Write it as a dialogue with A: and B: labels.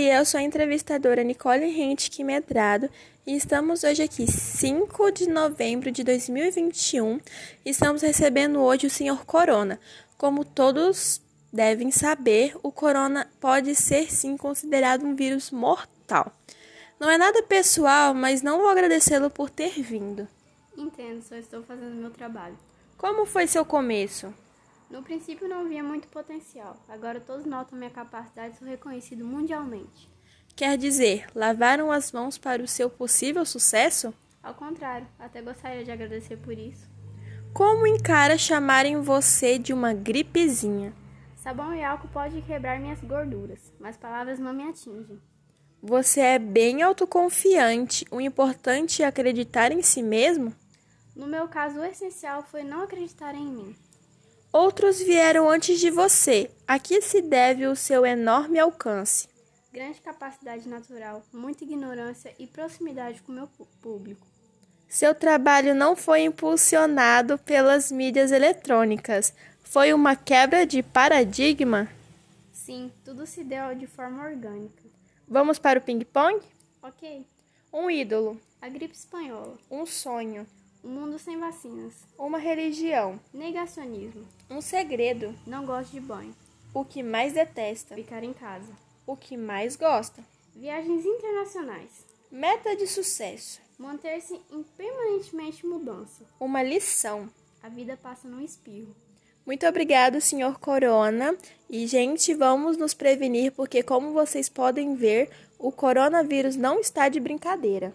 A: eu sou a entrevistadora Nicole Rentke Medrado e estamos hoje aqui, 5 de novembro de 2021. E estamos recebendo hoje o senhor Corona. Como todos devem saber, o corona pode ser sim considerado um vírus mortal. Não é nada pessoal, mas não vou agradecê-lo por ter vindo.
B: Entendo, só estou fazendo meu trabalho.
A: Como foi seu começo?
B: No princípio não via muito potencial, agora todos notam minha capacidade, sou reconhecido mundialmente.
A: Quer dizer, lavaram as mãos para o seu possível sucesso?
B: Ao contrário, até gostaria de agradecer por isso.
A: Como encara chamarem você de uma gripezinha?
B: Sabão e álcool podem quebrar minhas gorduras, mas palavras não me atingem.
A: Você é bem autoconfiante, o importante é acreditar em si mesmo?
B: No meu caso, o essencial foi não acreditar em mim.
A: Outros vieram antes de você. A que se deve o seu enorme alcance?
B: Grande capacidade natural, muita ignorância e proximidade com o meu pu- público.
A: Seu trabalho não foi impulsionado pelas mídias eletrônicas. Foi uma quebra de paradigma?
B: Sim, tudo se deu de forma orgânica.
A: Vamos para o ping-pong?
B: Ok,
A: Um ídolo,
B: a gripe espanhola,
A: um sonho,
B: o mundo sem vacinas,
A: uma religião,
B: negacionismo,
A: um segredo,
B: não gosto de banho,
A: o que mais detesta,
B: ficar em casa,
A: o que mais gosta,
B: viagens internacionais,
A: meta de sucesso,
B: manter-se em permanentemente mudança.
A: uma lição.
B: A vida passa num espirro.
A: Muito obrigado, senhor Corona. E, gente, vamos nos prevenir, porque, como vocês podem ver, o coronavírus não está de brincadeira.